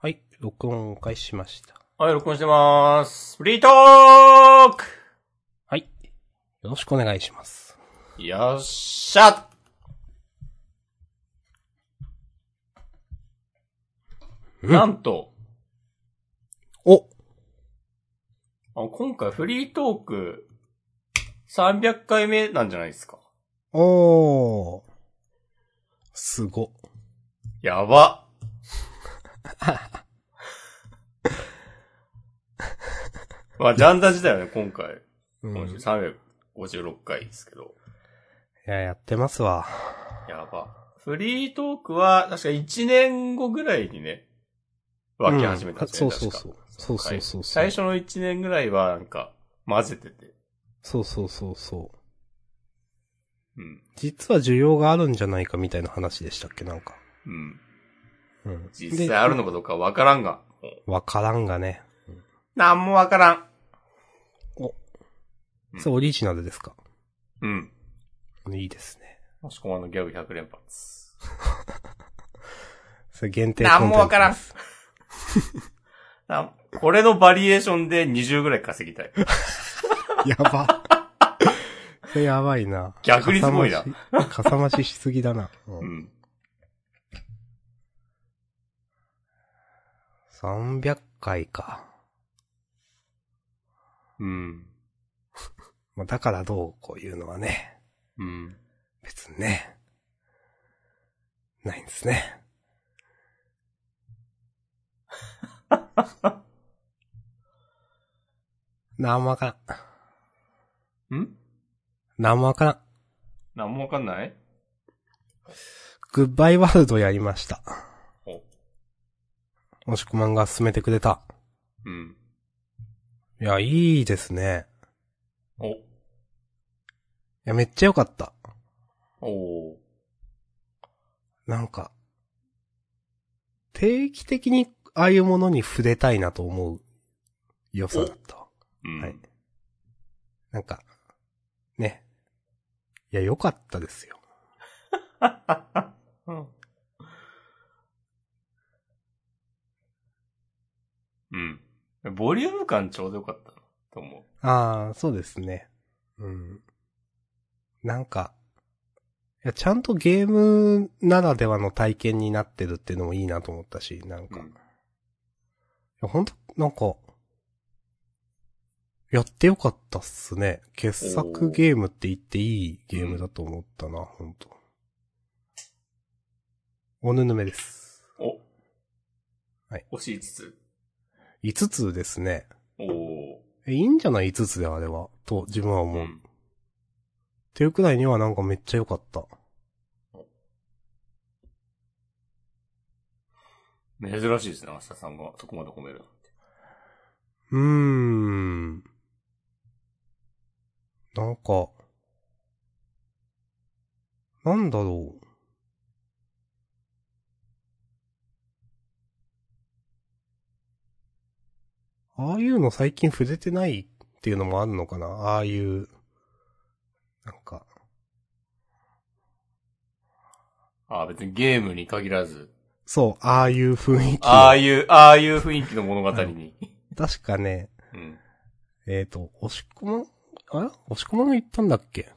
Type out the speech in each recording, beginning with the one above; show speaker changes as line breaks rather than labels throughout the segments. はい、録音を開始しました。
はい、録音してまーす。フリートーク
はい。よろしくお願いします。
よっしゃ
うん
なんと、
お
あ今回フリートーク300回目なんじゃないですか。
おー。すご。
や ば。まあ、ジャンダ自体はね、今回、
うん、
今
い
週356回ですけど、
や、やってますわ。
やば。フリートークは、確か1年後ぐらいにね、分け始めたんですよね、
うんそう
確か
そうそうそうそうそうそう
最初の1年ぐらいは、なんか、混ぜてて。
そうそうそうそう。
うん。
実は需要があるんじゃないかみたいな話でしたっけ、なんか。
うん。
うん。
実際あるのかどうか分からんが、もう、
わからんがね。
なんも分からん。うん
それオリジナルですか、
うん。
いいですね。
もしこまんのギャグ100連発。
それ限定コンテンツ。
なんも分からん。なんこれのバリエーションで20ぐらい稼ぎたい。
やば。それやばいな。
逆にすごい
か
な
さ増し。かさ増ししすぎだな。う、
うんん。
300回か。
うん。
まあ、だからどうこういうのはね、
うん。
別にね、ないんですね。なんもわからん。
ん
なんもわからん。
なんも分かんない
グッバイワールドやりました。
お。
もしくまんが進めてくれた。
うん。
いや、いいですね。
お。
いや、めっちゃ良かった。
おー。
なんか、定期的にああいうものに触れたいなと思う良さだったわ。
うん。
はいなんか、ね。いや、良かったですよ。
うん。うん。ボリューム感ちょうどよかったと思
ああ、そうですね。うん。なんか、いや、ちゃんとゲームならではの体験になってるっていうのもいいなと思ったし、なん
う。
か、いやほんと、なんか、やってよかったっすね。傑作ゲームって言っていいゲームだと思ったな、ほんと。おぬぬめです。
お。
はい。
押しつつ。
5つですね。
おー。
えいいんじゃない ?5 つであれは。と、自分は思う。
う
っ
ん。
ていうくらいにはなんかめっちゃ良かった。
珍しいですね、明日さんがそこまで褒めるなんて。
うーん。なんか、なんだろう。ああいうの最近触れてないっていうのもあるのかなああいう、なんか、
ああ、別にゲームに限らず、
そう、ああいう雰囲気
ああ
を。
いう、ああいう雰囲気の物語に。
確かね、
うん。
えっ、と、押し込まん、あれ押し込まんが言ったんだっけ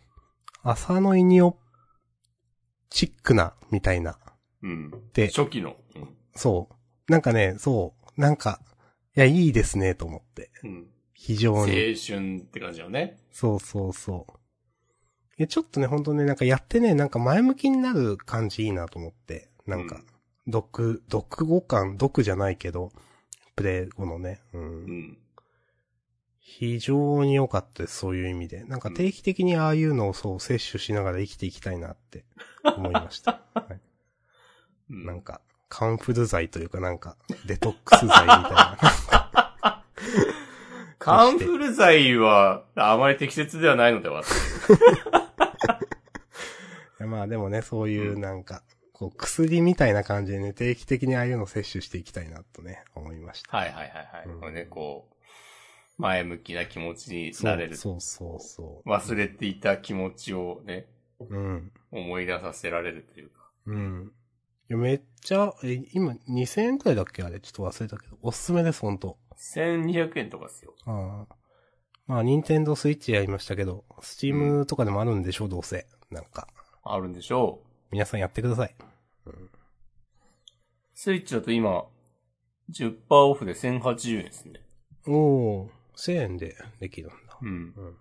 朝のイニオ、チックな、みたいな。
うん。
で
初期の。うん。
そう。なんかね、そう。なんか、いや、いいですね、と思って。
うん。
非常
青
に。
春って感じよね。
そうそうそう。いや、ちょっとね、ほんとね、なんかやってね、なんか前向きになる感じいいなと思って。なん
う
か
ん、
毒、毒語感、毒じゃないけど、プレイ後のね。う
うんん。
非常に良かったです、そういう意味で。なんか定期的にああいうのをそう摂取しながら生きていきたいなって思いました。 はい、
うん
なんか、カンフル剤というかなんか、デトックス剤みたいな。
カンフル剤は、あまり適切ではないのでは。
いやまあでもね、そういうなんか、こう薬みたいな感じでね、定期的にああいうの摂取していきたいなとね、思いました。
はいはいはいはい。
うん
これね、こう、前向きな気持ちに
そう
なれる。
そうそうそ
忘れていた気持ちをね、
う。うん。
思い出させられるというか。
うん。や、めっちゃ、え、今、2000円くらいだっけあれ、ちょっと忘れたけど、おすすめです、ほんと。
1200円とかっすよ。
ああ。まあ、ニンテンドースイッチやりましたけど、スチームとかでもあるんでしょ、どうせ。なんか、
あるんでしょう。
皆さんやってください。
スイッチだと今、10%オフで1080円ですね。
おお1000円でできるんだ。
うん。
うん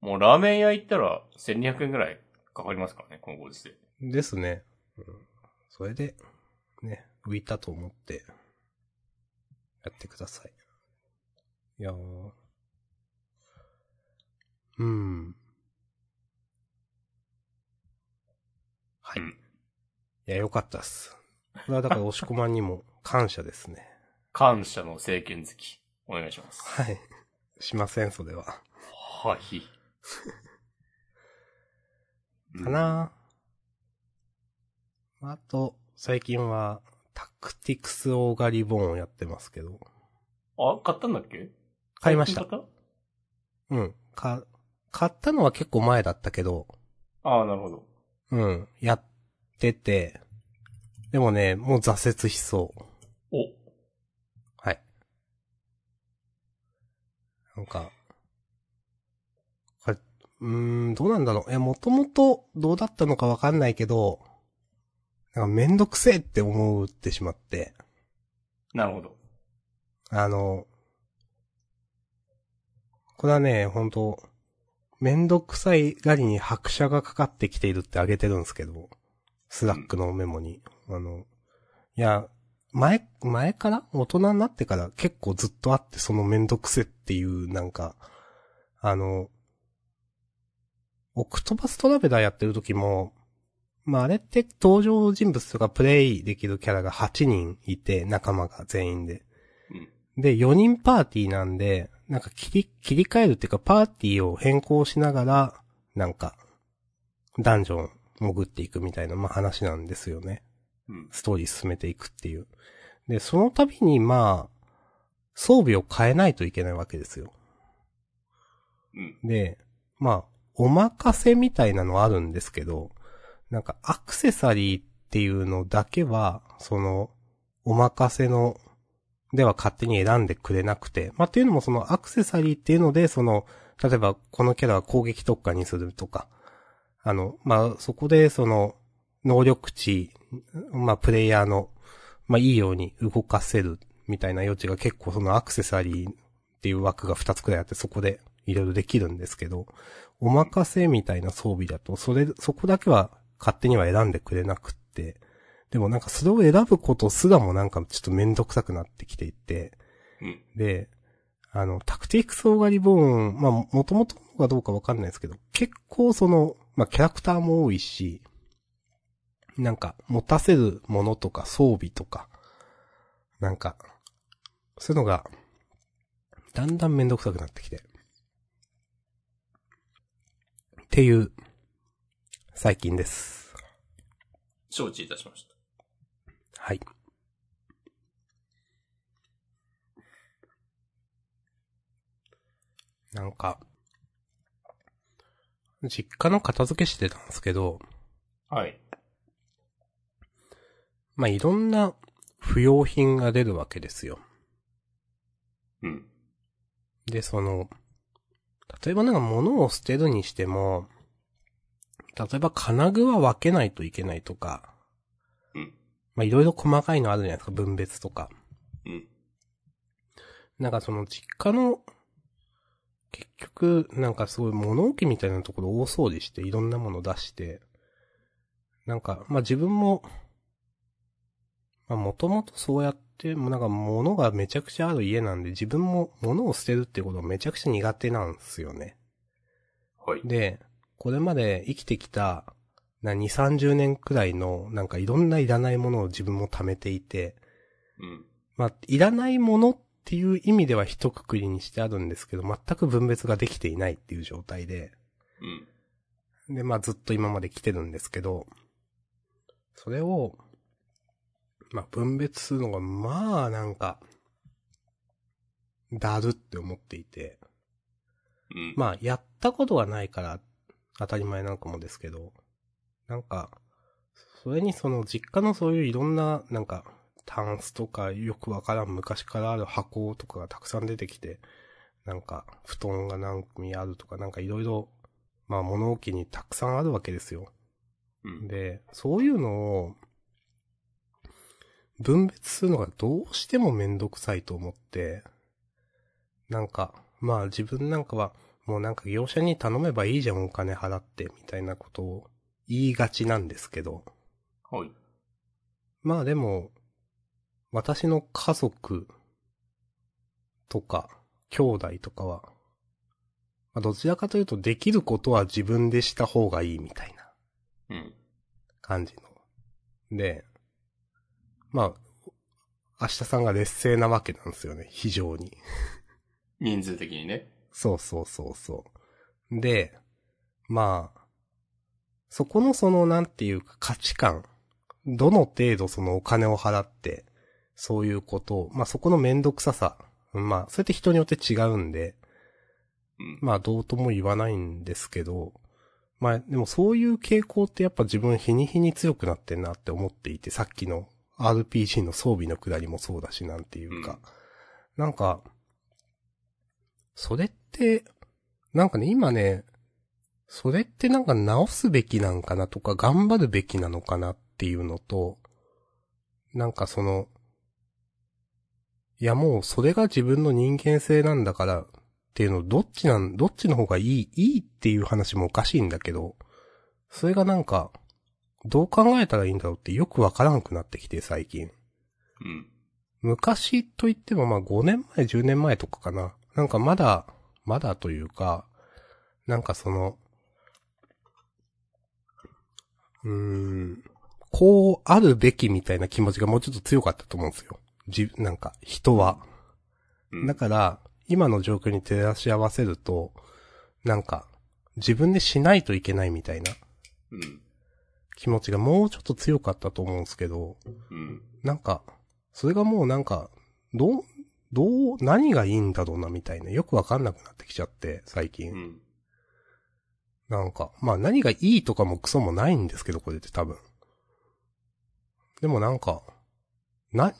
もうラーメン屋行ったら1200円ぐらいかかりますからね、このご時世。
ですね。うん、それで、ね、浮いたと思って、やってください。いやー。うん。はい。
うん
いや、よかったっす。これはだから、押し込まんにも感謝ですね。
感謝の政権好き。お願いします。
はい。しません、それは。
はい。
かなあと、最近は、タクティクスオーガリボーンをやってますけど。
あ、買ったんだっけ
買いました
最近買っ
うん。か、買ったのは結構前だったけど、
たああ、なるほど。
うん。やってて、でもね、もう挫折しそう。
お。
はい。なんか、これ、うーん、どうなんだろう。え、もともとどうだったのかわかんないけど、なんかめんどくせえって思うってしまって、
なるほど。
あの、これはね、本当めんどくさいがりに拍車がかかってきているってあげてるんですけど、スラックのメモに。あの、いや、前、前から大人になってから結構ずっとあって、そのめんどくせっていう、なんか、あの、オクトバストラベラーやってる時も、まあ、あれって登場人物とかプレイできるキャラが8人いて、仲間が全員で。
うん。
で、4人パーティーなんで、なんか切り、切り替えるっていうか、パーティーを変更しながら、なんか、ダンジョン潜っていくみたいな、まあ話なんですよね。
うん。
ストーリー進めていくっていう。で、その度に、まあ、装備を変えないといけないわけですよ。
うん。
で、まあ、お任せみたいなのはあるんですけど、なんかアクセサリーっていうのだけは、その、お任せの、では勝手に選んでくれなくて、まあっていうのもそのアクセサリーっていうので、その、例えばこのキャラは攻撃特化にするとか、あの、まあそこでその、能力値、まあプレイヤーの、まあいいように動かせるみたいな余地が結構そのアクセサリーっていう枠が2つくらいあって、そこでいろいろできるんですけど、お任せみたいな装備だと、それ、そこだけは勝手には選んでくれなくって、でもなんかそれを選ぶことすらもなんかちょっとめんどくさくなってきていて、
うん。
で、あの、タクティクスオーガリボーン、まあ、もともとがどうかわかんないですけど、結構その、まあ、キャラクターも多いし、なんか、持たせるものとか装備とか、なんか、そういうのが、だんだんめんどくさくなってきて。っていう、最近です。
承知いたしました。
はい。なんか、実家の片付けしてたんですけど、
はい。
まあ、いろんな不要品が出るわけですよ。
うん。
で、その、例えばなんか物を捨てるにしても、例えば金具は分けないといけないとか、
うん。
まあ、いろいろ細かいのあるじゃないですか、分別とか。
うん。
なんかその実家の、結局、なんかすごい物置みたいなところ大掃除していろんなもの出して、なんか、まあ自分も、まあもともとそうやって、もうなんか物がめちゃくちゃある家なんで自分も物を捨てるっていうことがめちゃくちゃ苦手なんですよね。
はい。
で、これまで生きてきた、な、2、30年くらいの、なんかいろんないらないものを自分も貯めていて、
うん。
まあ、いらないものっていう意味では一括りにしてあるんですけど、全く分別ができていないっていう状態で、
うん。
で、まあずっと今まで来てるんですけど、それを、まあ分別するのが、まあなんか、だるって思っていて、
うん。
まあ、やったことがないから当たり前なのかもですけど、なんか、それにその実家のそういういろんな、なんか、タンスとかよくわからん昔からある箱とかがたくさん出てきて、なんか、布団が何組あるとか、なんかいろいろ、まあ物置にたくさんあるわけですよ。
うん。
で、そういうのを、分別するのがどうしてもめんどくさいと思って、なんか、まあ自分なんかは、もうなんか業者に頼めばいいじゃんお金払って、みたいなことを言いがちなんですけど、
はい。
まあでも、私の家族とか、兄弟とかは、まあどちらかというとできることは自分でした方がいいみたいな。
うん。
感じの。で、まあ、明日さんが劣勢なわけなんですよね、非常に。
人数的にね。
そうそうそうそう。で、まあ、そこのその、なんていうか価値観。どの程度そのお金を払って、そういうことを、まあそこのめんどくささ。まあ、それって人によって違うんで、
うん。
まあどうとも言わないんですけど、まあでもそういう傾向ってやっぱ自分日に日に強くなってんなって思っていて、さっきの RPG の装備の下りもそうだしなんていうか、なんか、それって、なんかね今ね、それってなんか直すべきなんかなとか頑張るべきなのかなっていうのと、なんかその、いやもうそれが自分の人間性なんだから、っていうの、どっちなん、どっちの方がいい、いいっていう話もおかしいんだけど、それがなんか、どう考えたらいいんだろうってよくわからなくなってきて、最近。
うん。
昔といってもまあ5年前、10年前とかかな。なんかまだ、まだというか、なんかその、うーん、こうあるべきみたいな気持ちがもうちょっと強かったと思うんですよ。じ、なんか人は。
うん。
だから、今の状況に照らし合わせると、なんか、自分でしないといけないみたいな
うん。
気持ちがもうちょっと強かったと思うんですけど、
うん。
なんか、それがもうなんか、どう、どう、何がいいんだろうなみたいな、よくわかんなくなってきちゃって、最近。
うん。
なんか、まあ何がいいとかもクソもないんですけど、これって多分。でもなんか、な、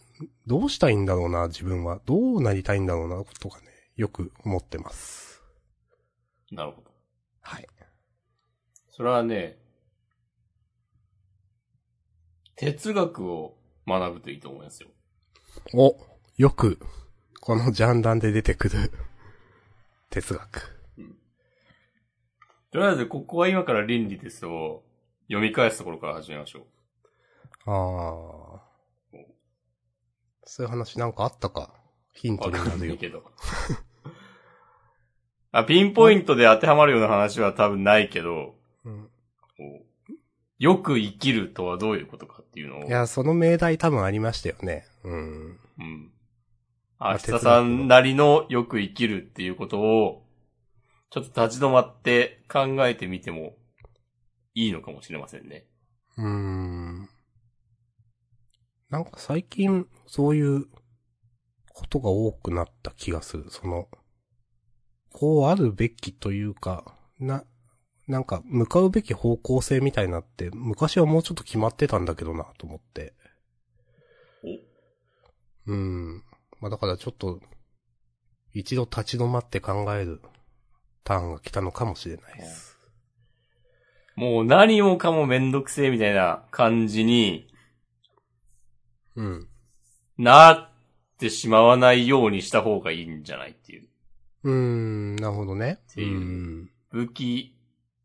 どうしたいんだろうな、自分は。どうなりたいんだろうな、とかね、よく思ってます。
なるほど。
はい。
それはね、哲学を学ぶといいと思いますよ。
お、よく、このジャンダンで出てくる、哲学。
とりあえず、ここは今から倫理ですを読み返すところから始めましょう。
あー。そういう話なんかあったかヒント
わ
にな
かんな
るよ
い。けど。あ、ピンポイントで当てはまるような話は多分ないけど、
うん、
こうよく生きるとはどういうことかっていうのを。
いや、その命題多分ありましたよね。うん。
うん。
あ
明日さんなりのよく生きるっていうことを、ちょっと立ち止まって考えてみてもいいのかもしれませんね。
うーん。なんか最近、そういうことが多くなった気がする。その、こうあるべきというか、な、なんか向かうべき方向性みたいなって、昔はもうちょっと決まってたんだけどな、と思って。うーん。まあだからちょっと、一度立ち止まって考えるターンが来たのかもしれないです。
もう何もかもめんどくせえみたいな感じに
うん。
なってしまわないようにした方がいいんじゃないっていう。
うーん、なるほどね。
ていうん武器、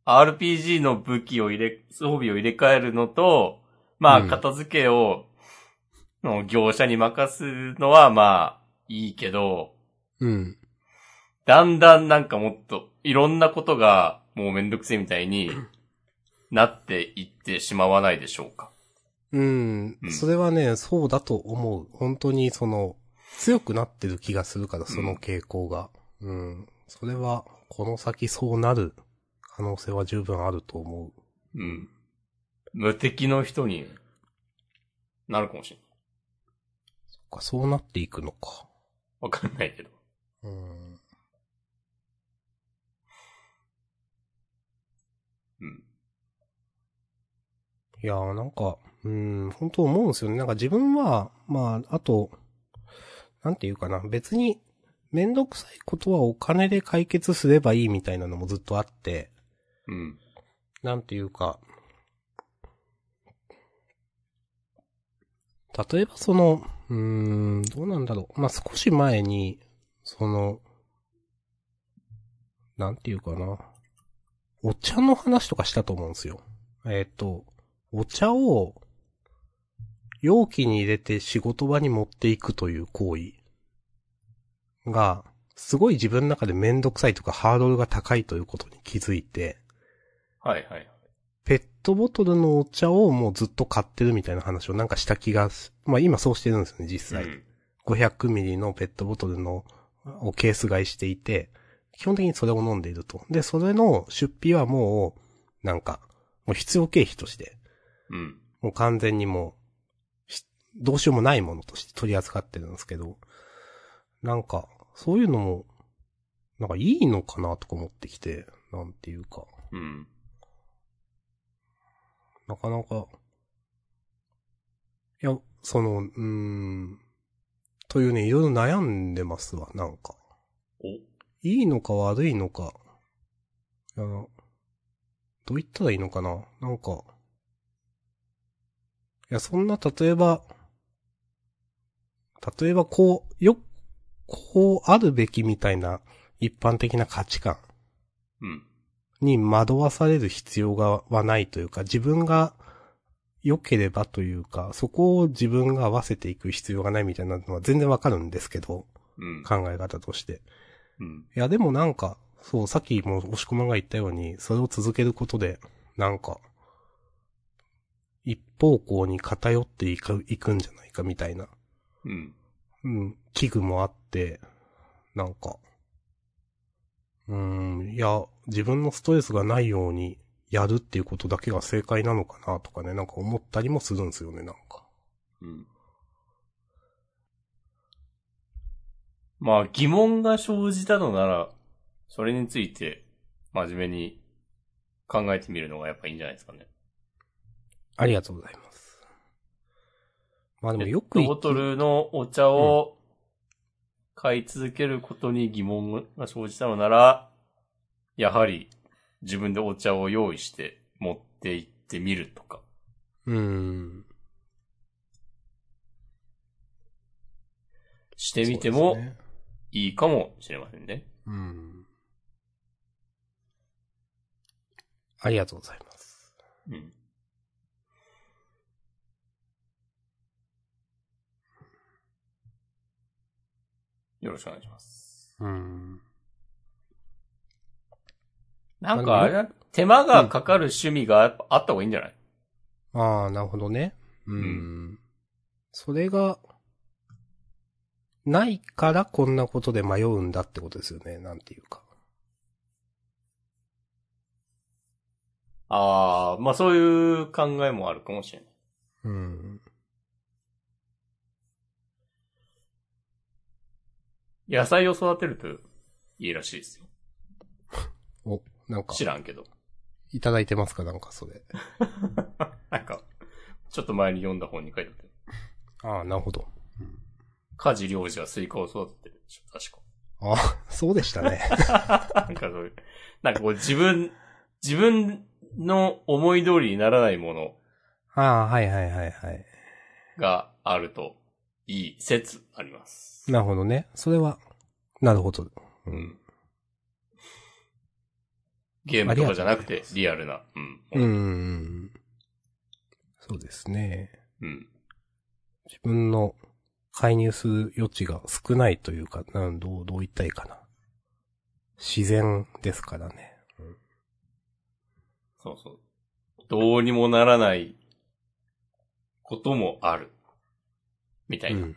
RPG の武器を入れ、装備を入れ替えるのと、ま
う
あ、
ん
片付けを、の業者に任すのは、まあ、いいけど、
うん。
だんだんなんかもっと、いろんなことが、もうめんどくせえみたい になっていってしまわないでしょうか。
うん
う。ん
それはね、そうだと思う。本当にその、強くなってる気がするから、その傾向が。うん。それは、この先そうなる可能性は十分あると思う。
うん。無敵の人になるかもしれない。
そっかそうなっていくのか。
わかんないけど。
うん。
うん。
いやーなんか、うん、本当思うんですよね。なんか自分は、まあ、あと、なんていうかな、別に、めんどくさいことはお金で解決すればいいみたいなのもずっとあって、
うん。
なんていうか、例えばその、うーん、どうなんだろう。まあ、少し前に、その、なんていうかな。お茶の話とかしたと思うんですよ。えっ、と、お茶を容器に入れて仕事場に持っていくという行為が、すごい自分の中でめんどくさいとかハードルが高いということに気づいて、
はいはい。
ペットボトルのお茶をもうずっと買ってるみたいな話をなんかした気がす、まあ今そうしてるんですよね、実際。
うん
500ミリのペットボトルの、をケース買いしていて、基本的にそれを飲んでいると。で、それの出費はもう、なんか、もう必要経費として、
うん。
もう完全にもうし、どうしようもないものとして取り扱ってるんですけど、なんか、そういうのも、なんかいいのかなとか思ってきて、なんていうか。
うん。
なかなか、いや、その、うーん、というね、いろいろ悩んでますわ、なんか。
お。
いいのか悪いのか、いや、どう言ったらいいのかな、なんか。いや、そんな、例えば、例えばこう、よ、こうあるべきみたいな一般的な価値観
うん。
に惑わされる必要がはないというか、自分が良ければというか、そこを自分が合わせていく必要がないみたいなのは全然わかるんですけど、
うん。
考え方として。
うん。
いや、でもなんか、そう、さっきも押し込まが言ったように、それを続けることで、なんか、一方向に偏っていく、いくんじゃないかみたいな
うん。
うん、器具もあって、なんか、うーん、いや、自分のストレスがないようにやるっていうことだけが正解なのかなとかね、なんか思ったりもするんですよね、なんか。
うん。まあ疑問が生じたのなら、それについて真面目に考えてみるのがやっぱいいんじゃないですかね。
ありがとうございます。まあでもよ
ペ
く
ッ
い
トボトルのお茶を買い続けることに疑問が生じたのなら、やはり自分でお茶を用意して持って行ってみるとか。
うーん。
してみて
そう
も
ですね
いいかもしれませんね。
うん。ありがとうございます。
うん。よろしくお願いします。
うん。
なんかあれだ、手間がかかる趣味があった方がいいんじゃない
ああ、なるほどね。うん。それが、ないからこんなことで迷うんだってことですよね。なんていうか。
ああ、まあそういう考えもあるかもしれない。
うん。
野菜を育てるといいらしいですよ。
お、なんか、
知らんけど。
いただいてますかなんかそれ。
なんか、ちょっと前に読んだ本に書いてあった
あ
よ。
あ、なるほど。
家事領事はスイカを育ててるでしょ、確か。
ああ、そうでした ね。
なんか そういう、なんかこう自分、自分の思い通りにならないもの
ああ、はいはいはいはい。
があるといい説あります。
なるほどね。それは、なるほど。う。
うんん。ゲームとかじゃなくてリアルな。
う
うん。
うんん。そうですね。
うん。
自分の介入する余地が少ないというか、なんどう、どう言ったらいいかな。自然ですからね。
そうそう。どうにもならないこともある。みた
う
いな。
ん。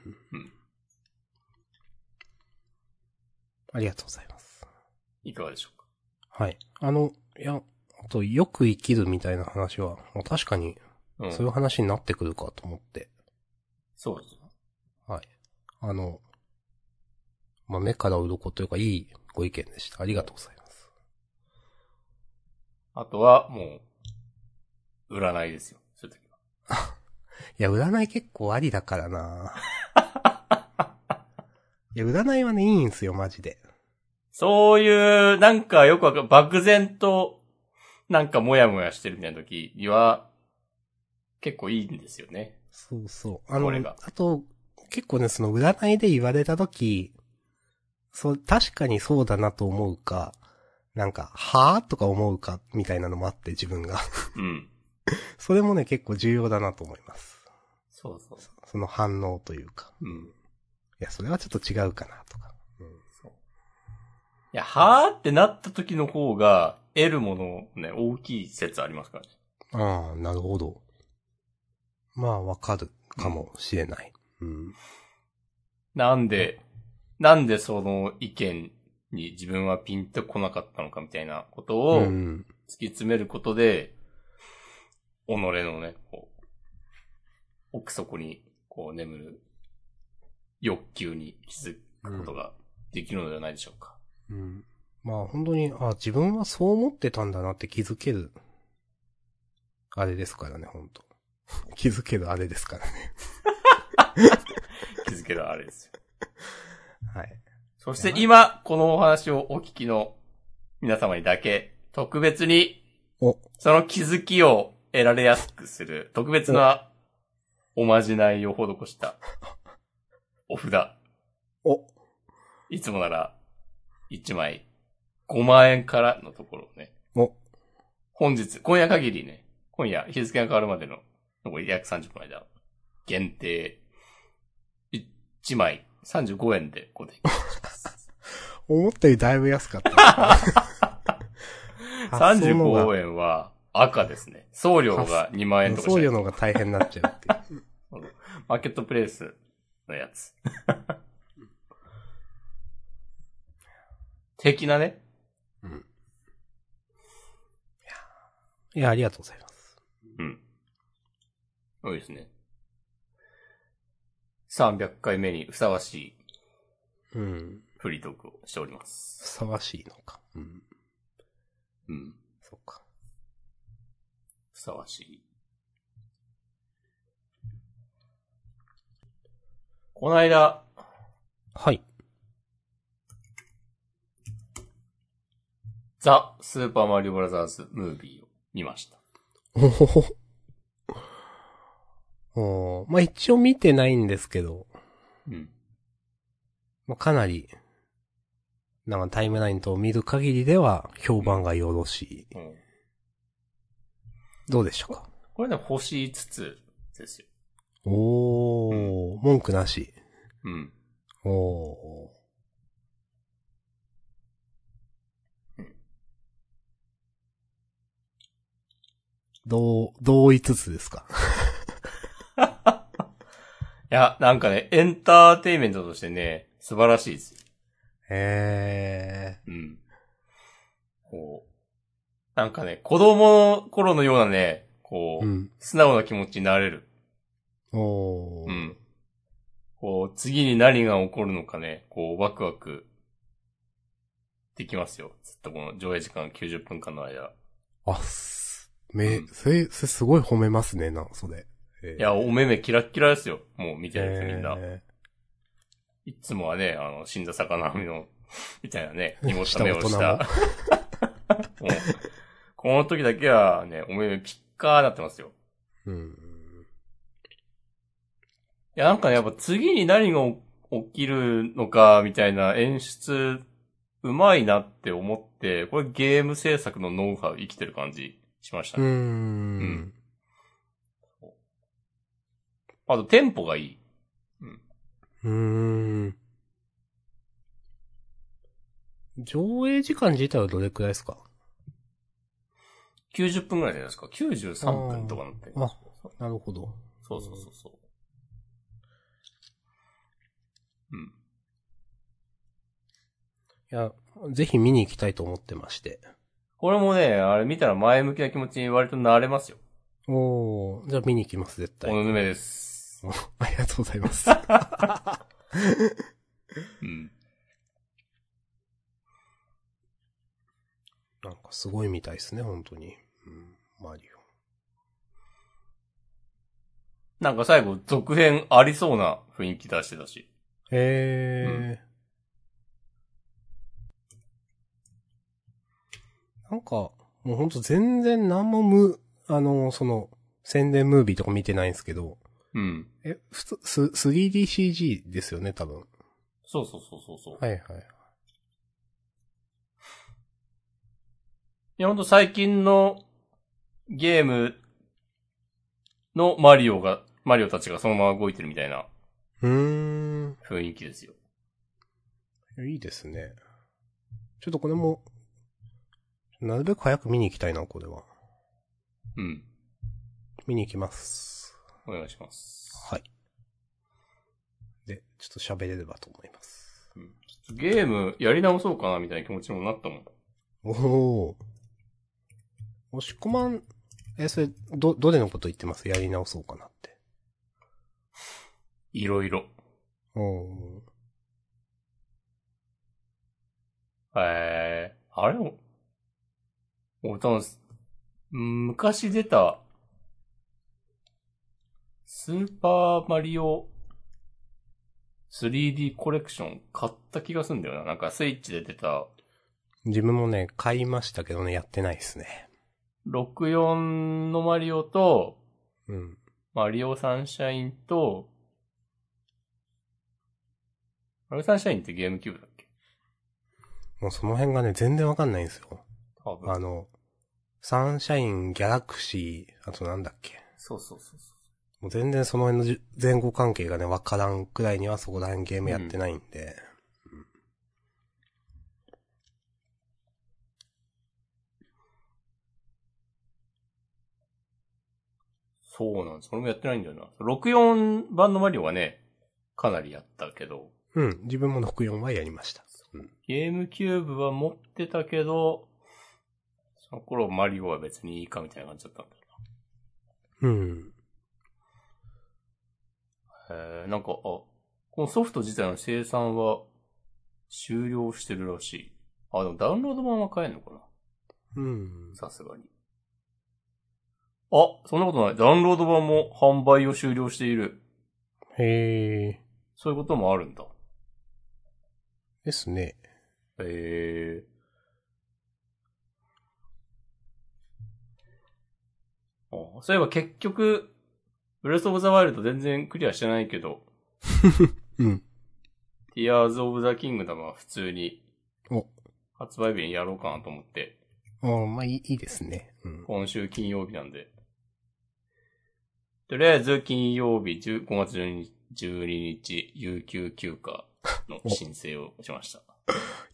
ありがとうございます。
いかがでしょうか。
はい。あの、いや、あと、よく生きるみたいな話は、まあ確かに、
うん。
そういう話になってくるかと思って、
そうです。
はい。あの、まあ、目から鱗というか、いいご意見でした。ありがとうございます。
あとは、もう、占いですよ。そういう時
いや、占い結構ありだから ないや、占いはね、いいんすよ、マジで。
そういう、なんかよくわか漠然と、なんかモヤモヤしてるみたいな時には、結構いいんですよね。
そうそう。あ
こ
の
れが、
あと、結構ね、その占いで言われたとき、そう、確かにそうだなと思うか、なんか、はぁとか思うか、みたいなのもあって、自分が。
うん。
それもね、結構重要だなと思います。
そうそうそ
その反応というか。
う。うん。
いや、それはちょっと違うかな、とか。
そう。いや、はーってなった時の方が、得るものね、大きい説ありますからね。
ああ、なるほど。まあ、わかるかもしれない。うん。
なんで、なんでその意見に自分はピンとこなかったのかみたいなこと
う
を突
ん。
き詰めることで、己のね、こう、奥底に、こう眠る欲求に気づくことができるのではないでしょうか。
うん。まあ、本当に、あ自分はそう思ってたんだなって気づける、あれですからね、本当 気づけるあれですからね。
気づけるあれですよ。
はい。
そして今、このお話をお聞きの皆様にだけ、特別に、
お、
その気づきを得られやすくする、特別なおまじないを施した、 お札。
お、
いつもなら、1枚、5万円からのところをね、
お、
本日、今夜限りね、今夜、日付が変わるまでの、残り約30分の間、限定、1枚、35円でご提供します。
思ったよりだいぶ安かった。発送の方が
35円は赤ですね。送料が2万円とかし
送
ない
料の方が大変になっちゃうっていう。
マーケットプレイスのやつ。 的なね。
いや、ありがとうございます。
うん。そうですね。300回目にふさわしい
うん。
フリートークをしております。
ふさわしいのか。うん。
うん。
そっか。
ふさわしい。この間、
はい。
ザ・スーパーマリオブラザーズ・ムービーを見ました。
おほほ。 おーまあ一応見てないんですけど、
うん。
まあかなり、なんかタイムラインと見る限りでは評判がよろしい。
うん、
どうでしょうか
これね、星5つですよ。
おー、文句なし。
うん。
おー。どう、どう言いつつですか
いや、なんかね、エンターテインメントとしてね、素晴らしいですよ。
へ
うん。こう、なんかね、子供の頃のようなね、こ
ー。
う、
うん。
素直な気持ちになれる。
おー。
うん。こう、次に何が起こるのかね、こう、ワクワク、できますよ。ずっとこの上映時間90分間の間。
あっす。め、
うん
それ、それすごい褒めますね、な、それ。えー
いや、お目目キラッキラですよ。もう見てる人みんな。
え
いつもはね、あの、死んだ魚網の、 みたいなね、芋
し
ったた目をし
大
た。もうこの時だけはね、お目目ピッカーなってますよ。
ーうん。
いや、なんかね、やっぱ次に何が起きるのか、みたいな演出、うまいなって思って、これゲーム制作のノウハウ生きてる感じしました
うー
ね。
ん。
あと、テンポがいい。
うーん。上映時間自体はどれくらいですか
90分くらいじゃないですか。93分とかなってる。
あーなるほど。
そうそうそうそう。うん。
いや、ぜひ見に行きたいと思ってまして。
これもね、あれ見たら前向きな気持ちに割となれますよ。
おー、じゃあ見に行きます、絶
お
対。
のぬめです。
ありがとうござい ます。
うん。
なんかすごいみたいですね、本当に。うん、マリ
なんか最後、続編ありそうな雰囲気出してたし。
えーなんか、もうほんと全然何もむ、あの、その、宣伝ムービーとか見てないんですけど、
うん。
え、普通、す 3DCG ですよね、多分。
そうそうそうそうそう。
はいはい。
いや、ほんと最近のゲームのマリオが、マリオたちがそのまま動いてるみたいな
うーん。
雰囲気ですよ。
いいですね。ちょっとこれも、なるべく早く見に行きたいな、これは。
うん。
見に行きます。
お願いします。
はい。で、ちょっと喋れればと思います。
ゲームやり直そうかなみたいな気持ちにもなったもん。
おお。押し込まん、え、それ、ど、どれのこと言ってますやり直そうかなって。
いろいろ。
おお。
えー、あれも、俺多分、うん昔出た、スーパーマリオ 3D コレクション買った気がするんだよな。なんかスイッチで出た
自分もね、買いましたけどね、やってないですね。
64のマリオと、
うん。
マリオサンシャインと、マリオサンシャインってゲームキューブだっけ
もうその辺がね、全然わかんないんですよ。
多分
あ。の、サンシャイン、ギャラクシー、あとなんだっけ。
そうそうそうそう。
もう全然その辺のじゅ前後関係がね、わからんくらいにはそこら辺ゲームやってないんで。
そうなんです。俺もやってないんだよな。64版のマリオはね、かなりやったけど、
うん、自分も64はやりました。
ゲームキューブは持ってたけど、その頃マリオは別にいいかみたいな感じだったんだよ
うん。
な。えー、なんか、あ、このソフト自体の生産は終了してるらしい。あ、でもダウンロード版は買えんのかな
うん。
さすがに。あ、そんなことない。ダウンロード版も販売を終了している。
へえ。
そういうこともあるんだ。
ですね。
ええあそういえば結局、ブレスオブザワイルド全然クリアしてないけど、
うん。
ティアーズオブザキングダムは普通に
お、
発売日にやろうかなと思って、
おまあいいいいですね。うん。
今週金曜日なんで。とりあえず金曜日10 5月12日12日、有給休暇の申請をし ました。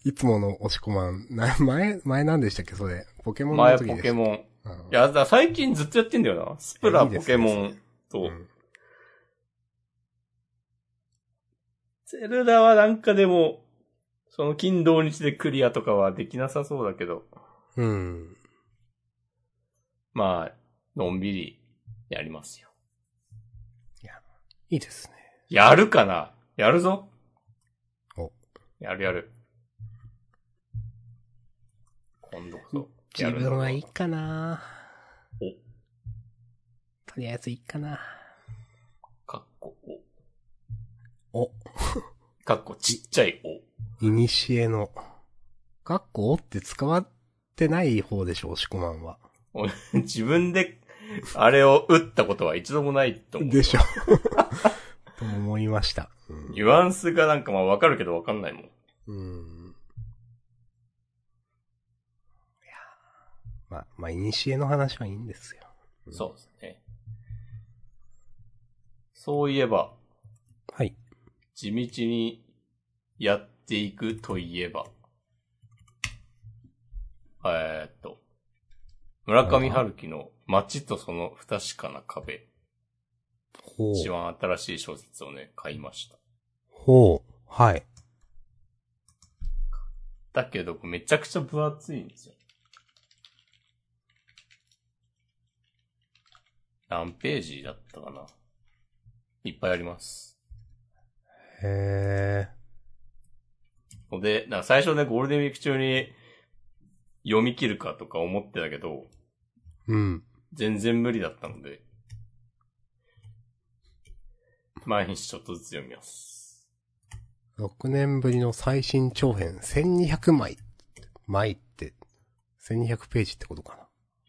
いつもの押し込まん、な 前、前なんでしたっけそれ。ポケモンの
前
時で
ポ
した
ケモン。い
うん
や、だから最近ずっとやってんだよな。スプラ、
いいで
ポ
すね
ケモンと、
うん
ゼルダはなんかでも、その金土日でクリアとかはできなさそうだけど、
うん。
まあ、のんびりやりますよ。
いいですね。
やるかなやるぞ
お
やるやる。今度こそ。や
自
るだ
分
ろうな
はいいかな
お
とりあえずいいかな
かっこ
お、
お。かっこちっちゃいお。
いにしえの、かっこおって使わってない方でしょ、押し込まんは。
自分で、あれを打ったことは一度もないと思う。
で しょ。と思いました。うん
ニュアンスがなんかまあわかるけどわかんないもん。
うん。いやまあ、まあ、いにしえの話はいいんですよ。
そうですね。そういえば、
はい。
地道にやっていくといえば、えーっと、村上春樹の街とその不確かな壁、
ほ
一番新しい小説をね、買いました。
ほう。はい。
だけど、めちゃくちゃ分厚いんですよ。何ページだったかないっぱいあります。
へえ。
ので、なんか最初ね、ゴールデンウィーク中に読み切るかとか思ってたけど、
うん。
全然無理だったので、毎日ちょっとずつ読みます。
6年ぶりの最新長編、1200枚。枚って、1200ページってことか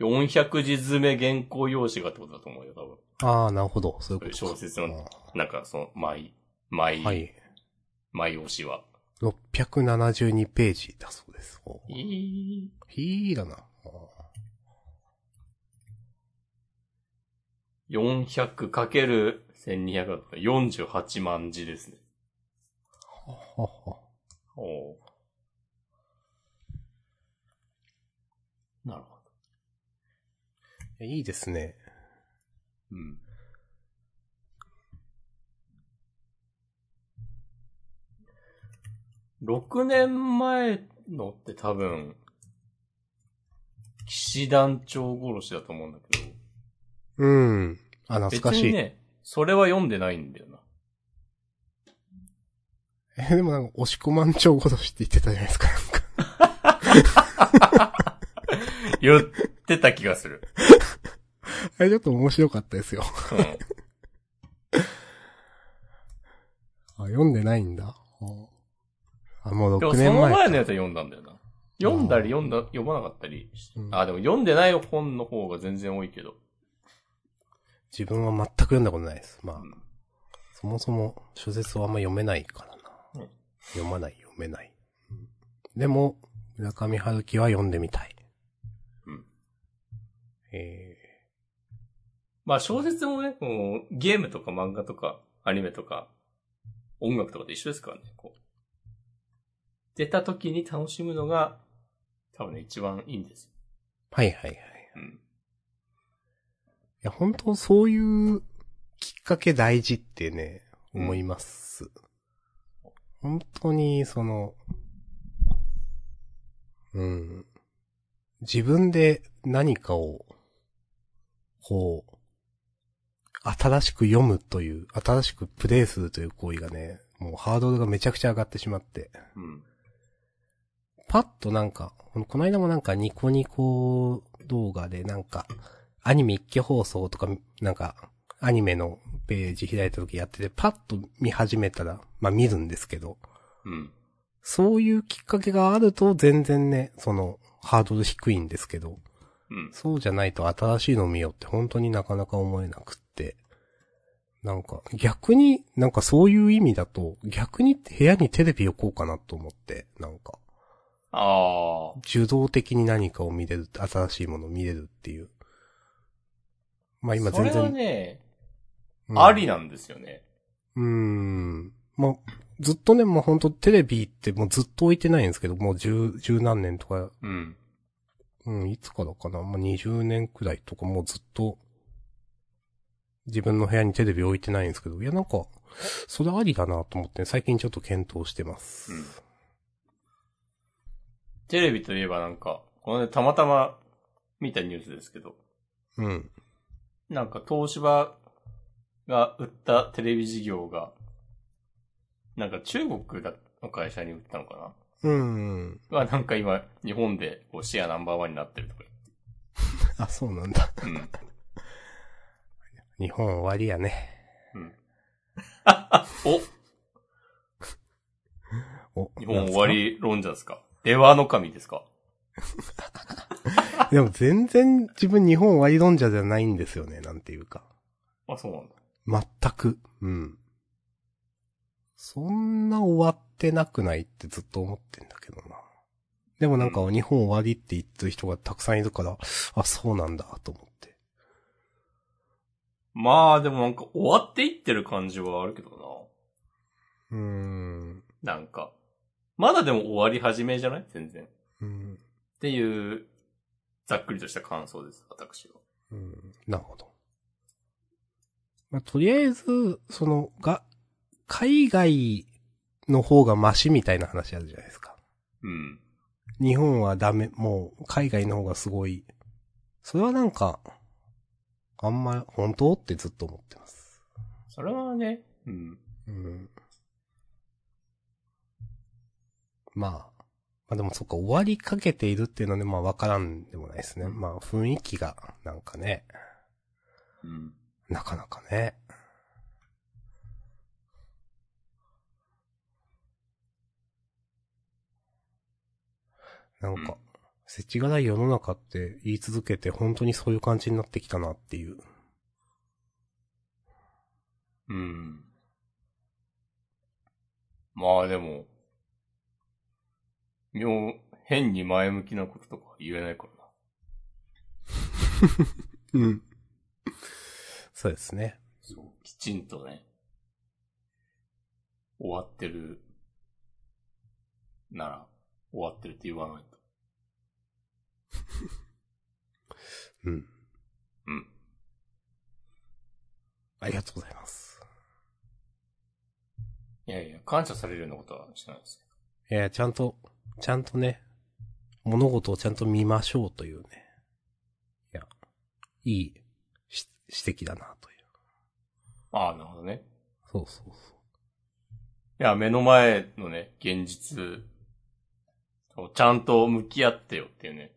400字詰め原稿用紙がってことだと思うよ、多分。
な。ああ、なるほど。そういう
こ
こ
れ
と
小説の、
か。
なんかその、毎、毎、
あーはい。
毎推しは。
672ページだそうです。おひーだな。あー
400×1200 だったら48万字ですね。
はは
おおー。なるほど。
いいですね。
うん。6年前のって多分、騎士団長殺しだと思うんだけど。
うん。あ、懐か
別
し
に
い。
ね、それは読んでないんだよな。
え、でもなんか、押し込まんちょうごとしって言ってたじゃないですか。なんか
言ってた気がする。
あれちょっと面白かったですよ。
うん。
あ、読んでないんだ。あ、もう
でも
6
その
年前。
前のやつは読んだんだよな。読んだり読んだ、読まなかったりして
うん
あ、でも読んでない本の方が全然多いけど。
自分は全く読んだことないです。まあ、
うん
そもそも小説をあんま読めないからな。
うん
読まない、読めない。でも、村上春樹は読んでみたい。
うん
え
まあ小説もね、こうゲームとか漫画とか、アニメとか、音楽とかと一緒ですからね。こう出た時に楽しむのが、多分ね、一番いいんですよ。
ー、はいはいはい。い
うん。
や、本当そういうきっかけ大事ってね、思います。本当に、その、うん。自分で何かを、こう、新しく読むという、新しくプレイするという行為がね、もうハードルがめちゃくちゃ上がってしまって、
うん。
パッとなんか、このこの間もなんかニコニコ動画でなんか、アニメ一挙放送とか、なんか、アニメのページ開いた時やってて、パッと見始めたら、まあ見るんですけど、
うん。
そういうきっかけがあると全然ね、その、ハードル低いんですけど、
うん。
そうじゃないと新しいの見ようって本当になかなか思えなくって。なんか、逆に、なんかそういう意味だと、逆に部屋にテレビ置こうかなと思って、なんか、
ああ。
受動的に何かを見れる、新しいものを見れるっていう。まあ今
そ
全
れは
然。
ね、
うん
ありなんですよね。
うーん。まあ、ずっとね、もうほんとテレビってもうずっと置いてないんですけど、もう十、十何年とか、
うん。
うん、いつからかな。まあ20年くらいとかもうずっと、自分の部屋にテレビ置いてないんですけど、いやなんか、それありだなと思って、最近ちょっと検討してます。
うんテレビといえばなんか、このね、たまたま見たニュースですけど、
うん。
なんか東芝が売ったテレビ事業が、なんか中国だの会社に売ったのか
うん。
ながなんか今、日本でこうシェアナンバーワンになってるとか
あ、そうなんだ。
言って。
日本終わりやね。
うん。うん。あお
お、
日本終わり論者ですか出羽の神ですか
でも全然自分日本割りドンジャじゃないんですよね、なんていうか。
あ、そうなんだ。
全く。うん。そんな終わってなくないってずっと思ってんだけどな。でもなんか日本終わりって言ってる人がたくさんいるから、あ、そうなんだ、と思って。
まあでもなんか終わっていってる感じはあるけど
うーん。
な。なんか。まだでも終わり始めじゃない全然。
うん。
っていう、ざっくりとした感想です、私は。
うんなるほど。まあ、とりあえず、その、が、海外の方がマシみたいな話あるじゃないですか。
うん。
日本はダメ、もう海外の方がすごい。それはなんか、あんま、本当ってずっと思ってます。
それはね、うん。
うん。まあ、まあでもそっか、終わりかけているっていうのはね、まあわからんでもないですね。まあ雰囲気が、なんかね、
うん。
なかなかね。なんか、世知辛い世の中って言い続けて本当にそういう感じになってきたなっていう。
うん。まあでも、妙、変に前向きなこととか言えないから
う
な。
ん。そうですね。
そう、きちんとね、終わってる、なら、終わってるって言わないと。
うん。
うん。
ありがとうございます。
いやいや、感謝されるようなことはしてないです
いや、ちゃんと、ちゃんとね、物事をちゃんと見ましょうというね。いや、いいし指摘だなという。
ああ、なるほどね。
そうそうそう。
いや、目の前のね、現実とちゃんと向き合ってよっていうね。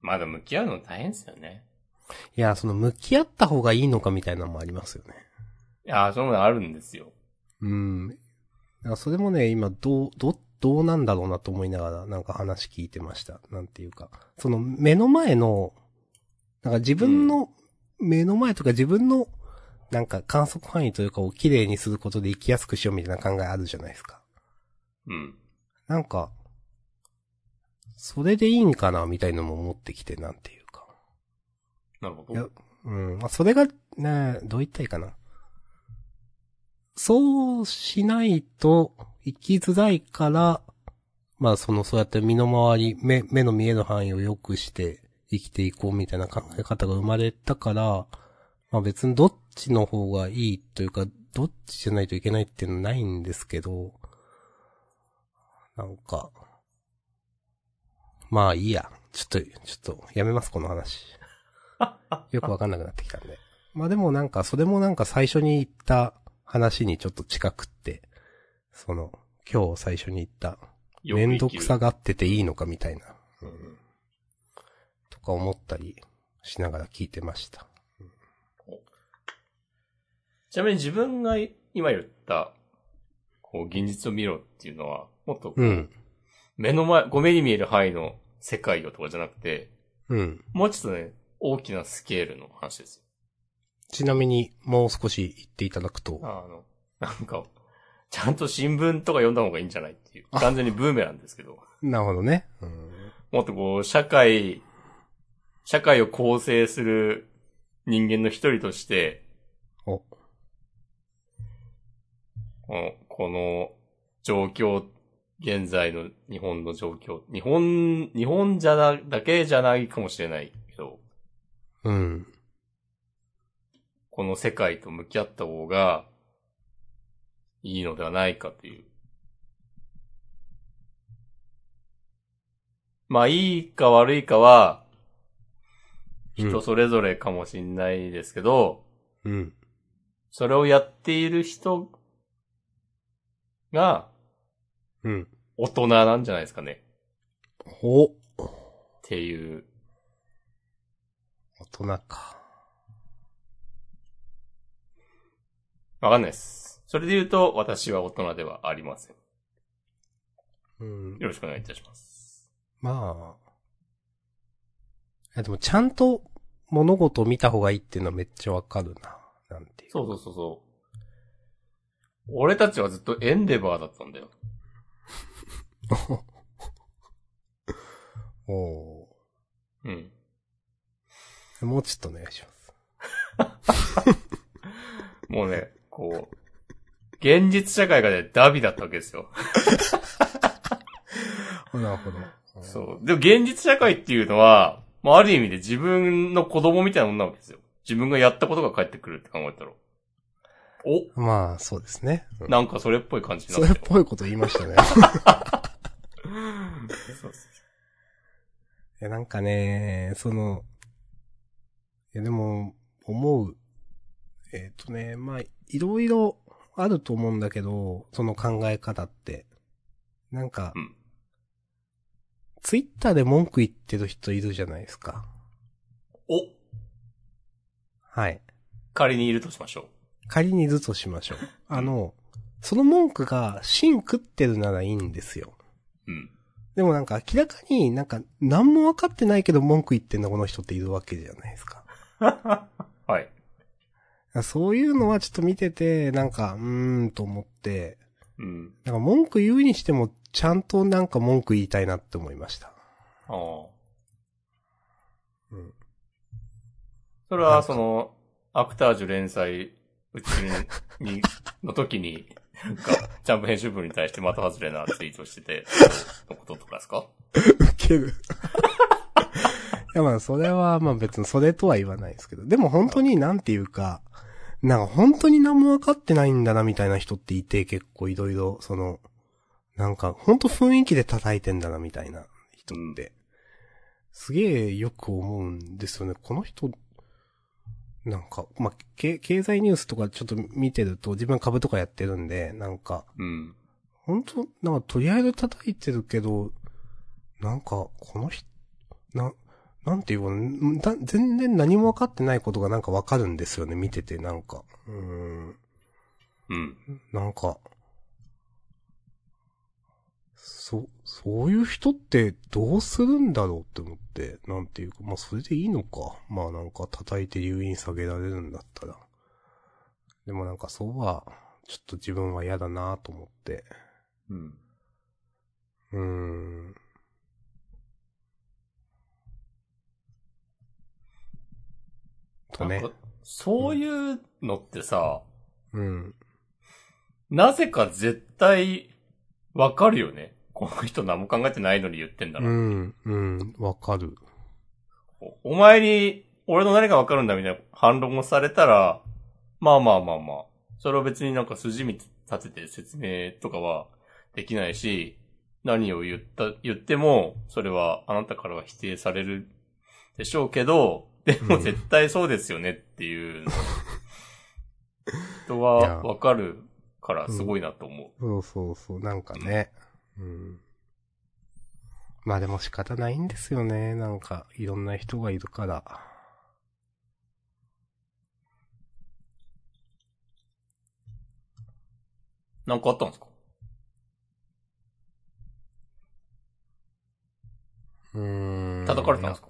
まだ向き合うの大変ですよね。
いや、その向き合った方がいいのかみたいなのもありますよね。
いや、そういうのあるんですよ。
うん。だからそれもね、今、どう、どう、どうなんだろうなと思いながら、なんか話聞いてました。なんていうか。その、目の前の、なんか自分の、目の前とか自分の、なんか観測範囲というかを綺麗にすることで生きやすくしようみたいな考えあるじゃないですか。
うん。
なんか、それでいいんかな、みたいのも思ってきて、なんていうか。
なるほ
いや
ど。
うん。まあ、それが、ね、どう言ったらいいかな。そうしないと、生きづらいから、まあ、その、そうやって身の回り、目、目の見える範囲を良くして、生きていこうみたいな考え方が生まれたから、まあ別にどっちの方がいいというか、どっちじゃないといけないっていうのはないんですけど、なんか、まあいいや。ちょっと、ちょっと、やめます、この話。よくわかんなくなってきたんで。まあでもなんか、それもなんか最初に言った話にちょっと近くって、その、今日最初に言った、
よ
め
生
ん
き
ど
る
くさがってていいのかみたいな、
うん
とか思ったりしながら聞いてました。
ちなみに自分が今言った、こう、現実を見ろっていうのは、もっとこう、
うん。
目の前、ご目に見える範囲の世界よとかじゃなくて、
うん。
もうちょっとね、大きなスケールの話ですよ
ちなみに、もう少し言っていただくと。
あの、なんか、ちゃんと新聞とか読んだ方がいいんじゃないっていう。完全にブーメランですけど。
なるほどね。うん。
もっとこう、社会、社会を構成する人間の一人として、
お。
この、この状況、現在の日本の状況、日本、日本じゃな、だけじゃないかもしれないけど、
うん。
この世界と向き合った方がいいのではないかという。まあ、いいか悪いかは、人それぞれかもしんないですけど、
うん。
それをやっている人が
うん。
大人なんじゃないですかね。
お。大
っていう。
人か。
わかんないです。それで言うと、私は大人ではありません。
うん。
よろしくお願いいたします。
まあ。いやでも、ちゃんと物事を見た方がいいっていうのはめっちゃわかるな。なんていう。
そうそうそうそう。俺たちはずっとエンデバーだったんだよ。
おお
うん。
ー。もうちょっとお願いします。
もうね、こう、現実社会がね、ダビだったわけですよ。
なるほど。うん
そう。でも現実社会っていうのは、まあある意味で自分の子供みたいなもんなわけですよ。自分がやったことが返ってくるって考えたら。お
まあ、そうですね。うん
なんかそれっぽい感じに
そ
な
れっ
っ
て
る。
ぽいこと言いましたね。
そうそう
いや、なんかね、その、いや、でも、思う。えっ、とね、まあ、いろいろあると思うんだけど、その考え方って。なんか、
うん
ツイッターで文句言ってる人いるじゃないですか。
お
はい。
仮にいるとしましょ
仮にいるとしましょう。あの、その文句が芯食ってるならいいんですよ。
うん。
でもなんか明らかになんか何も分かってないけど文句言ってんだこの人っているわけじゃないですか。
はい。
そういうのはちょっと見てて、なんか、うーんと思って、
うん。
なんか文句言うにしてもちゃんとなんか文句言いたいなって思いました。
ああ。
うん。
それは、その、アクタージュ連載、うちに、の時に、なんか、ジャンプ編集部に対して的外れなツイートしてて、のこととかですか
ウケる。いやまあそれはまあ別にそれとは言わないですけど、でも本当になんていうか、なんか本当に何も分かってないんだなみたいな人っていて結構いろいろ、その、なんか本当雰囲気で叩いてんだなみたいな人って、すげえよく思うんですよね。この人、なんか、まあ、け経済ニュースとかちょっと見てると自分株とかやってるんで、なんか、
うん。
本当なんかとりあえず叩いてるけど、なんか、この人、な、なんていうかんだ、全然何も分かってないことがなんか分かるんですよね、見てて、なんか。うーん、
うん。
なんか、そ、そういう人ってどうするんだろうって思って、なんていうか、まあそれでいいのか。まあなんか叩いて留飲下げられるんだったら。でもなんかそうは、ちょっと自分は嫌だなと思って。
うん。
うーん。とね
なん。かそういうのってさ、
うん。
なぜか絶対、わかるよね。この人何も考えてないのに言ってんだ
う
な。
ん。うん。わかる。
おお前に、俺の何がわかるんだみたいな反論をされたら、まあまあまあまあ。それは別になんか筋道立てて説明とかはできないし、何を言った、言っても、それはあなたからは否定されるでしょうけど、でも
うん
絶対そうですよねっていうの、人
いや
はわかるからすごいなと思う。
そうそうそう。なんかね。うん。まあでも仕方ないんですよね。なんか、いろんな人がいるから。
なんかあったんですか
うーん。
叩かれたんですか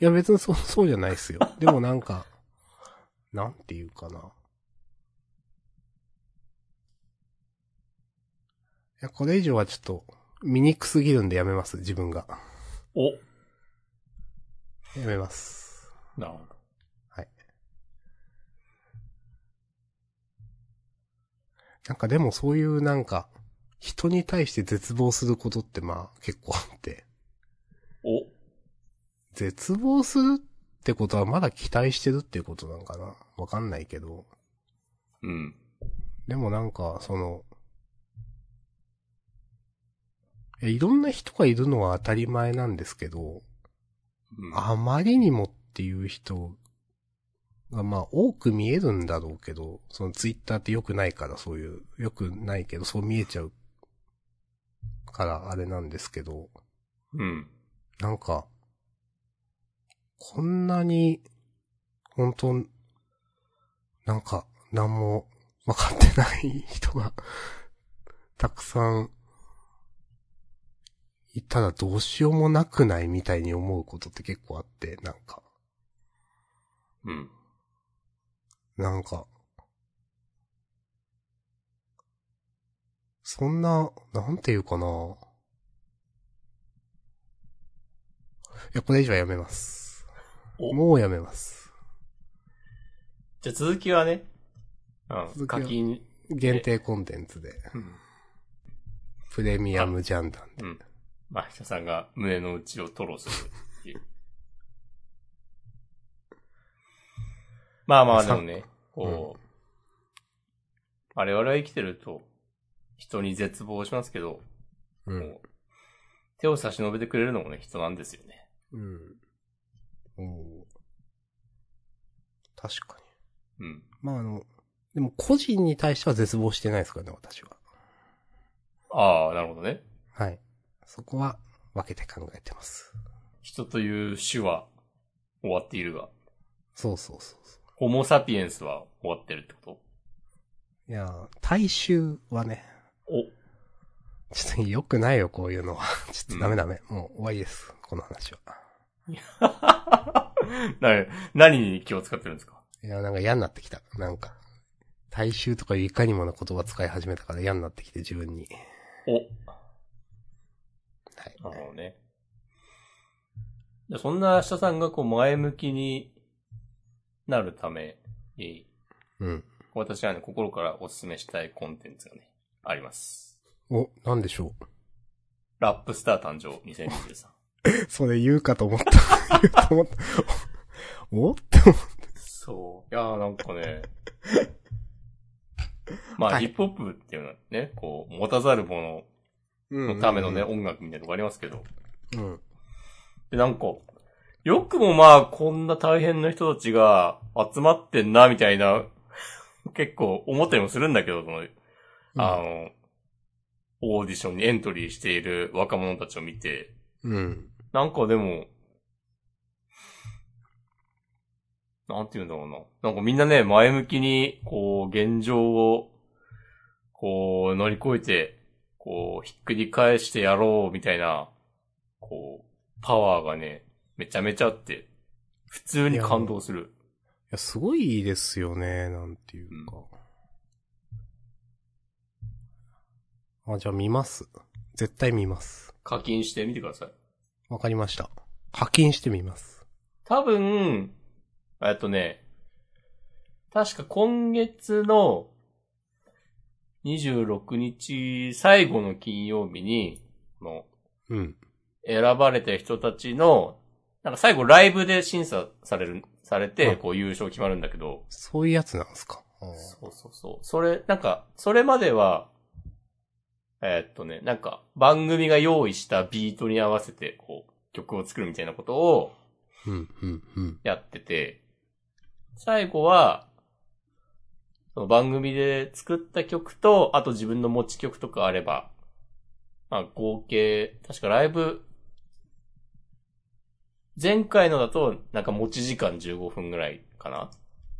いや別にそう、 そうじゃないっす よ。でもなんか、なんていうかな。いや、これ以上はちょっと、醜すぎるんでやめます、自分が。
お
やめます。
なるほど。
なんかでもそういうなんか、人に対して絶望することってまあ結構あって、
お
絶望するってことはまだ期待してるっていうことなんかなわかんないけど。
うん。
でもなんか、その、えいろんな人がいるのは当たり前なんですけど、
うん、
あまりにもっていう人が、まあ多く見えるんだろうけど、そのツイッターって良くないからそういう、良くないけどそう見えちゃうからあれなんですけど、
うん。
なんか、こんなに、本当なんか、何も分かってない 人が、たくさん、いたらどうしようもなくないみたいに思うことって結構あって、なんか、
うん。
なんか、そんな、なんていうかな。いや、これ以上はやめます。
お
もうやめます。
じゃあ続きはね、う
続
ん、
きは
課金、
限定コンテンツで、
うん、
プレミアムジャンダンで。
うん。マヒカさんが胸の内を吐露するっていう。 まあまあでもね、こう、我々は生きてると、人に絶望しますけど、
うん。
こう手を差し伸べてくれるのもね、人なんですよね。
うん。おお確かに。
うん。
まああの、でも個人に対しては絶望してないですからね、私は。
ああ、なるほどね。
はい。そこは分けて考えてます。
人という種は終わっているが、
そうそうそうそう。
ホモサピエンスは終わってるってこと
いやー、大衆はね、
お、
ちょっと良くないよ、こういうのは。 ちょっとダメダメ。もう終わりです。この話は。
な、何に気を使ってるんですか
いや、なんか嫌になってきた。なんか、大衆とかいういかにもな言葉使い始めたから嫌になってきて、自分に。
お、
はい。
なるほどね。じゃあそんな明日さんがこう前向きになるために、
うん。
私はね、心からお勧めしたいコンテンツがね、あります。
お、なんでしょ
ラップスター誕生2023。
う。 それ言うかと思 った。言うと思った。 おおって思っ
そう。いやーなんかね。 まあ、
はい
ヒップホップっていうのはね、こう、持たざる者
た
のためのね、。音楽みたいなとこありますけど。
うん。
で、なんか、よくもまあ、こんな大変な人たちが集まってんな、みたいな、結構思ったりもするんだけど、その、あの、オーディションにエントリーしている若者たちを見て、
うん。
なんかでも、なんて言うんだろうな。なんかみんなね、前向きに、こう、現状を、こう、乗り越えて、こう、ひっくり返してやろう、みたいな、こう、パワーがね、めちゃめちゃあって、普通に感動する。
いや、すごいですよね、なんていうか。あ、じゃあ見ます。絶対見ます。
課金してみてください。
わかりました。課金してみます。
多分、えっとね、確か今月の26日最後の金曜日に、この
うん。
選ばれた人たちの、なんか最後ライブで審査される、され
う
て、
ん
こう優勝決まるんだけど、
そういうやつなんですか。あー
そうそうそう。それ、なんか、それまでは、えーっとね、なんか、番組が用意したビートに合わせて、こう、曲を作るみたいなことを、
うん、うん、うん。
やってて、最後は、その番組で作った曲と、あと自分の持ち曲とかあれば、まあ合計、確かライブ、前回のだと、なんか持ち時間15分ぐらいかな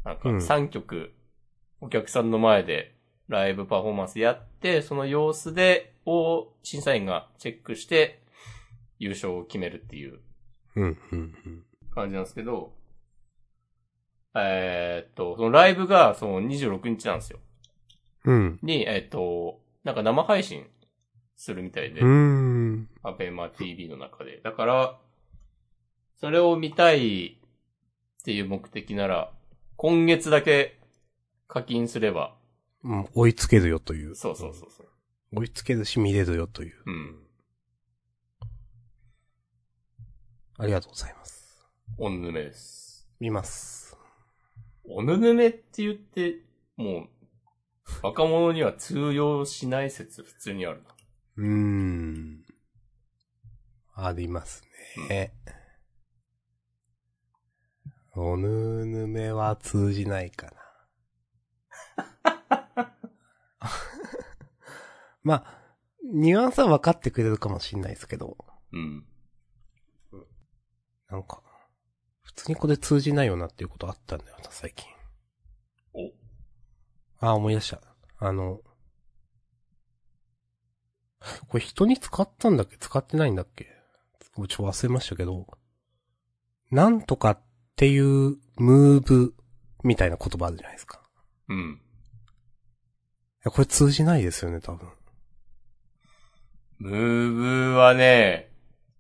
なんか
うん
3曲、お客さんの前でライブパフォーマンスやって、その様子で、を審査員がチェックして、優勝を決めるっていう
うん、うん、うん。
感じなんですけど、えーっと、そのライブがその26日なんですよ。
うん。
に、えーっと、なんか生配信するみたいで
う、ーん。
アベマ TV の中で。だから、それを見たいっていう目的なら、今月だけ課金すれば、
うん、追いつけるよという。
そうそうそうそう。
追いつけるし見れるよという。
うん。
ありがとうございます。
おぬぬめです。
見ます。
おぬぬめって言って、もう、若者には通用しない説普通にあるな。
うーん。ありますね。おぬぬめは通じないかな。 まあ、ニュアンスは分かってくれるかもしれないですけど、
うん。
なんか、普通にこれ通じないよなっていうことあったんだよな、最近。
お
あ、思い出した。あの、これ人に使ったんだっけ使ってないんだっけちょっと忘れましたけど、なんとかっていうムーブみたいな言葉あるじゃないですか。い
うん。
や、これ通じないですよね、多分。
ムーブはね、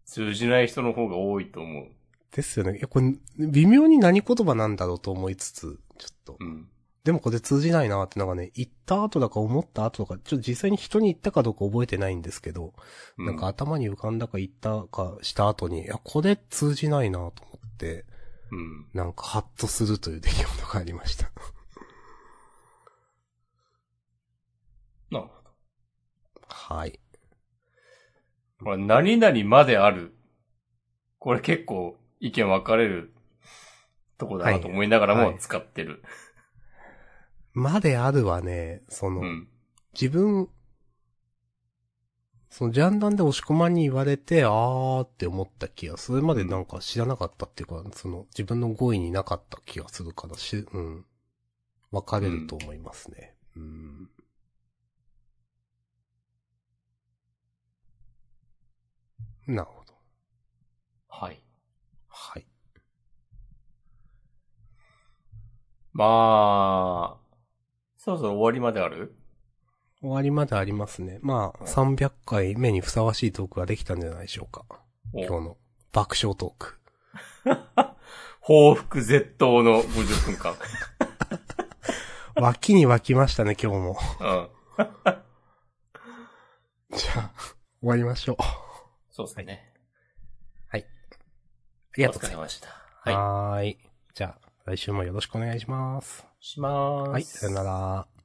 通じない人の方が多いと思う。
ですよね。いや、これ、微妙に何言葉なんだろうと思いつつ、ちょっと
う。ん。
でもこれ通じないなってなんかね、言った後だか思った後だか、ちょっと実際に人に言ったかどうか覚えてないんですけど、
う
なんか、頭に浮かんだか言ったかした後に、いや、これ通じないなと思って、
うん。
なんかハッとするという出来事がありました。
なるほど。
はい。
これ、何々まである。これ結構意見分かれるとこだなと思いながら
はい
も
はい
使ってる。
まであるはね、その、
うん。
自分、そのジャンダンで押し込まんに言われて、あーって思った気が、それまでなんか知らなかったっていうか、その自分の語彙になかった気がするから、し、うん。分かれると思いますね。うん。なるほど。
はい。
はい。
まあ、そろそろ終わりまである
終わりまでありますね。まあ、300回目にふさわしいトークができたんじゃないでしょうか。
お
今日の爆笑トーク。
報復絶倒の50分間。
湧きに湧きましたね、今日も。
うん。
じゃあ、終わりましょう。あ
そうですね。
り
あ
がとうございま
ました。
す。
はい。
はーい。じゃあ、来週もよろしくお願いします。
しまーす。
はい、さよなら。